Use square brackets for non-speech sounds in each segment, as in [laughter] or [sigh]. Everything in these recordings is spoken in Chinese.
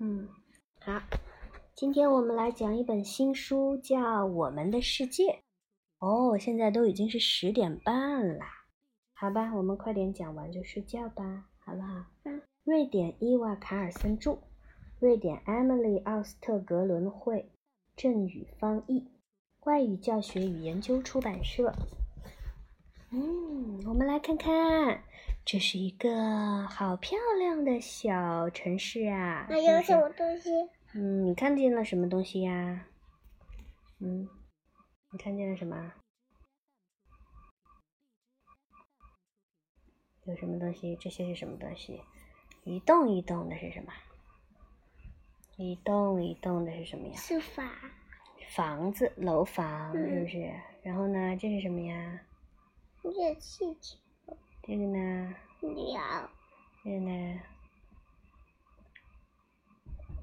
嗯，好，今天我们来讲一本新书，叫《我们的世界》。哦，现在都已经是十点半啦，好吧，我们快点讲完就睡觉吧，好不好？嗯。瑞典伊娃·卡尔森著，瑞典 Emily 奥斯特格伦绘，郑宇方译，外语教学与研究出版社。嗯，我们来看看，这是一个好漂亮的小城市啊！那是有不是什么东西？嗯，你看见了什么东西呀？嗯，你看见了什么？有什么东西？这些是什么东西？一动一动的是什么？一动一动的是什么呀？是法，房子、楼房是不嗯是？然后呢，这是什么呀？热气球，这个呢？鸟，这个呢？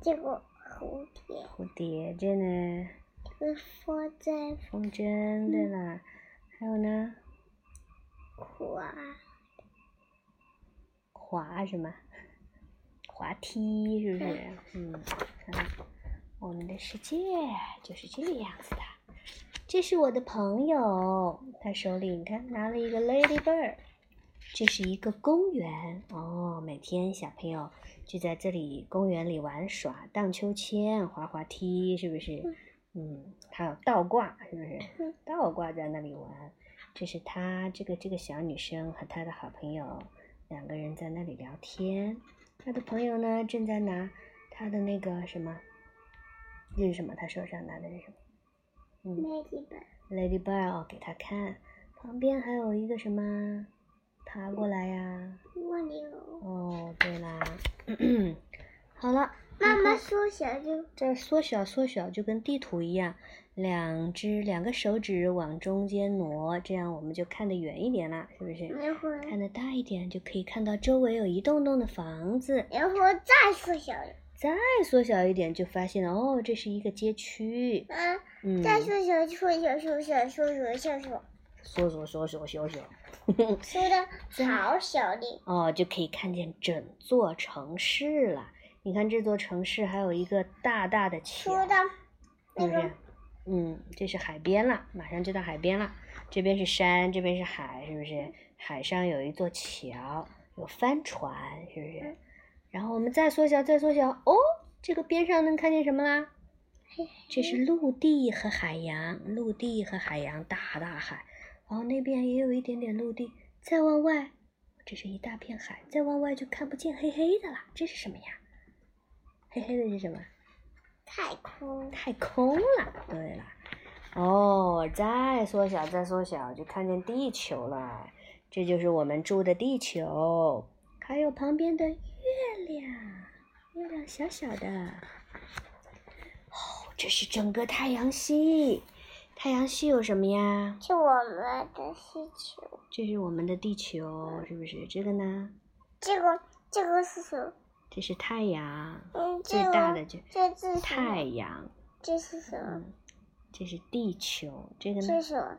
这个蝴蝶，蝴蝶，这呢？会风在风筝，对啦。还有呢？滑，滑什么？滑梯是不是？嗯，看我们的世界就是这个样子的。这是我的朋友，他手里你看拿了一个 ladybird，这是一个公园哦。每天小朋友就在这里公园里玩耍，荡秋千、滑滑梯，是不是？嗯，还有倒挂，是不是嗯？倒挂在那里玩，这是她这个这个小女生和她的好朋友两个人在那里聊天。她的朋友呢，正在拿她的那个什么，这是什么？她手上拿的是什么那一本， ？Ladybird 哦给她看，旁边还有一个什么，爬过来呀、蜗牛。哦，对啦， [coughs] 好了，妈妈缩小就这缩小缩小就跟地图一样，两只两个手指往中间挪，这样我们就看得远一点啦，是不是？一会儿，看得大一点就可以看到周围有一栋栋的房子，然后再缩小，再缩小一点就发现了哦，这是一个街区。嗯，嗯，再缩小，缩小，缩小，缩小，缩小，缩缩缩缩缩缩，缩的好小的，哦，就可以看见整座城市了。你看这座城市还有一个大大的桥，缩的是那不是个？嗯，这是海边了，马上就到海边了。这边是山，这边是海，是不是？海上有一座桥，有帆船，是不是嗯？然后我们再缩小，再缩小，哦，这个边上能看见什么啦？嘿这是陆地和海洋，陆地和海洋，大大海。然后那边也有一点点陆地，再往外，这是一大片海，再往外就看不见黑黑的啦。这是什么呀？黑黑的是什么？太空，太空了。对了，哦，再缩小，再缩小，就看见地球了。这就是我们住的地球，还有旁边的月亮，月亮小小的。哦，这是整个太阳系。太阳系有什么呀？是我们的星球。这是我们的地球，是不是？这个呢？这个这个是什么？这是太阳，嗯，最这个大的就这是什么太阳。这是什么？嗯，这是地球。这个这呢是？什么？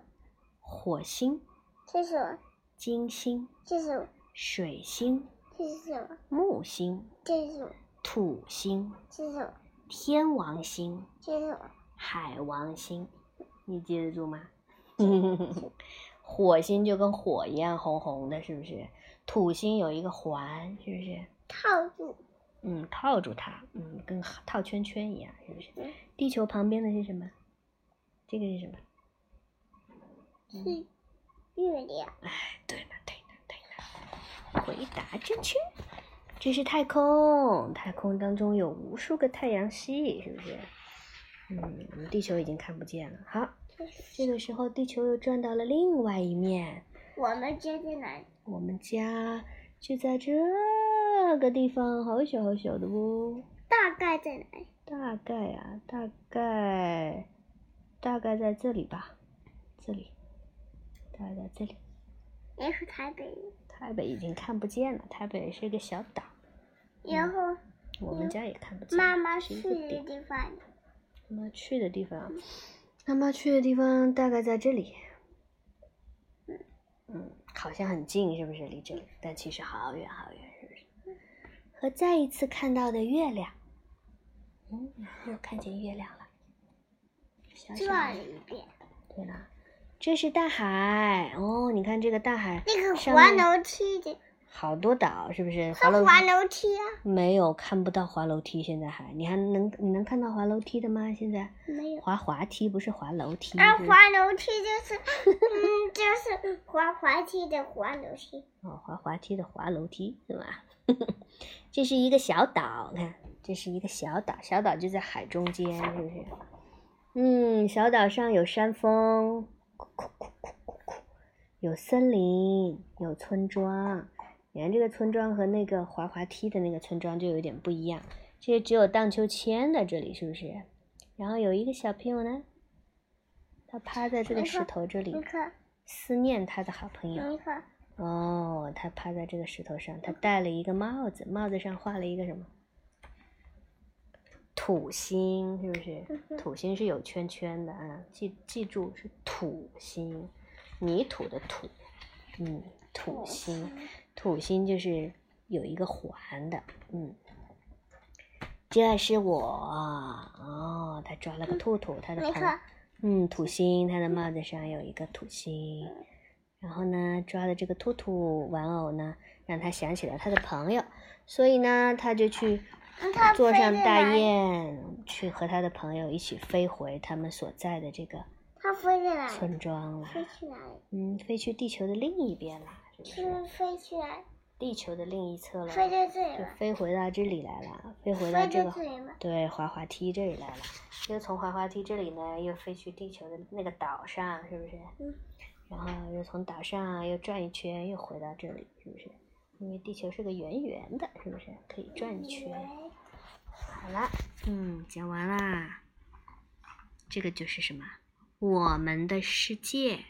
火星。这是什么？金星、这是什么？水星、这是什么？木星、这是什么？土星、这是什么？天王星、这是什么？海王星，你记得住吗？火星就跟火一样红红的，是不是？土星有一个环，是不是？套住嗯，套住它，嗯，跟套圈圈一样，是不是嗯？地球旁边的是什么？这个是什么？嗯是月亮，哎，对了，对了，对了，回答正确。这是太空，太空当中有无数个太阳系，是不是？嗯，我们地球已经看不见了。好，这是这个时候地球又转到了另外一面，我们家在哪里？我们家就在这个地方，好小好小的哦。大概在哪里？大概啊，大概，大概在这里吧，这里，大概在这里。也是台北，台北已经看不见了，台北是一个小岛，然后我们家也看不见。妈妈是一去嗯个的点。地方，妈妈去的地方，妈妈去的地方大概在这里。嗯，好像很近，是不是？离这里，但其实好远好远，是不是？和再一次看到的月亮，嗯，又看见月亮了。小小这的里一边，对了，这是大海哦，你看这个大海那个上滑面楼梯的，好多岛，是不是？滑它楼滑楼梯啊，没有看不到滑楼梯，现在还你还能你能看到滑楼梯的吗？现在没有。滑滑梯不是滑楼梯，而就是啊滑楼梯 [laughs] 就是，嗯，就是滑滑梯的滑楼梯，哦，滑滑梯的滑楼梯是吧？ [laughs] 这是一个小岛，看，这是一个小岛，小岛就在海中间，是不是？嗯，小岛上有山峰，咕咕咕咕咕咕有森林，有村庄。你看这个村庄和那个滑滑梯的那个村庄就有点不一样，这只有荡秋千的这里是不是？然后有一个小朋友呢，他趴在这个你石看头这里你，看，思念他的好朋友。你看，哦，他趴在这个石头上，他戴了一个帽子，帽子上画了一个什么？土星是不嗯是？哼土星是有圈圈的啊，记记住是土星，泥土的土，嗯，土星，土星就是有一个环的，嗯。这是我哦，他抓了个兔兔，他的你朋友嗯看，嗯，土星，它的帽子上有一个土星。然后呢，抓了这个兔兔玩偶呢，让他想起了他的朋友，所以呢，他就去嗯它坐飞上得大来雁，去和他的朋友一起飞回他们所在的这个它飞在哪里？村庄了。飞去哪里？嗯，飞去地球的另一边了，是不是？是飞去哪里？地球的另一侧了，飞就在这里吗？飞回到这里来了，飞回飞到在这这个里吗？对，滑滑梯这里来了，又从滑滑梯这里呢，又飞去地球的那个岛上，是不是？嗯。然后又从岛上又转一圈，又回到这里，是不是？因为地球是个圆圆的，是不是？可以转一圈。好了，嗯，讲完啦。这个就是什么？我们的世界。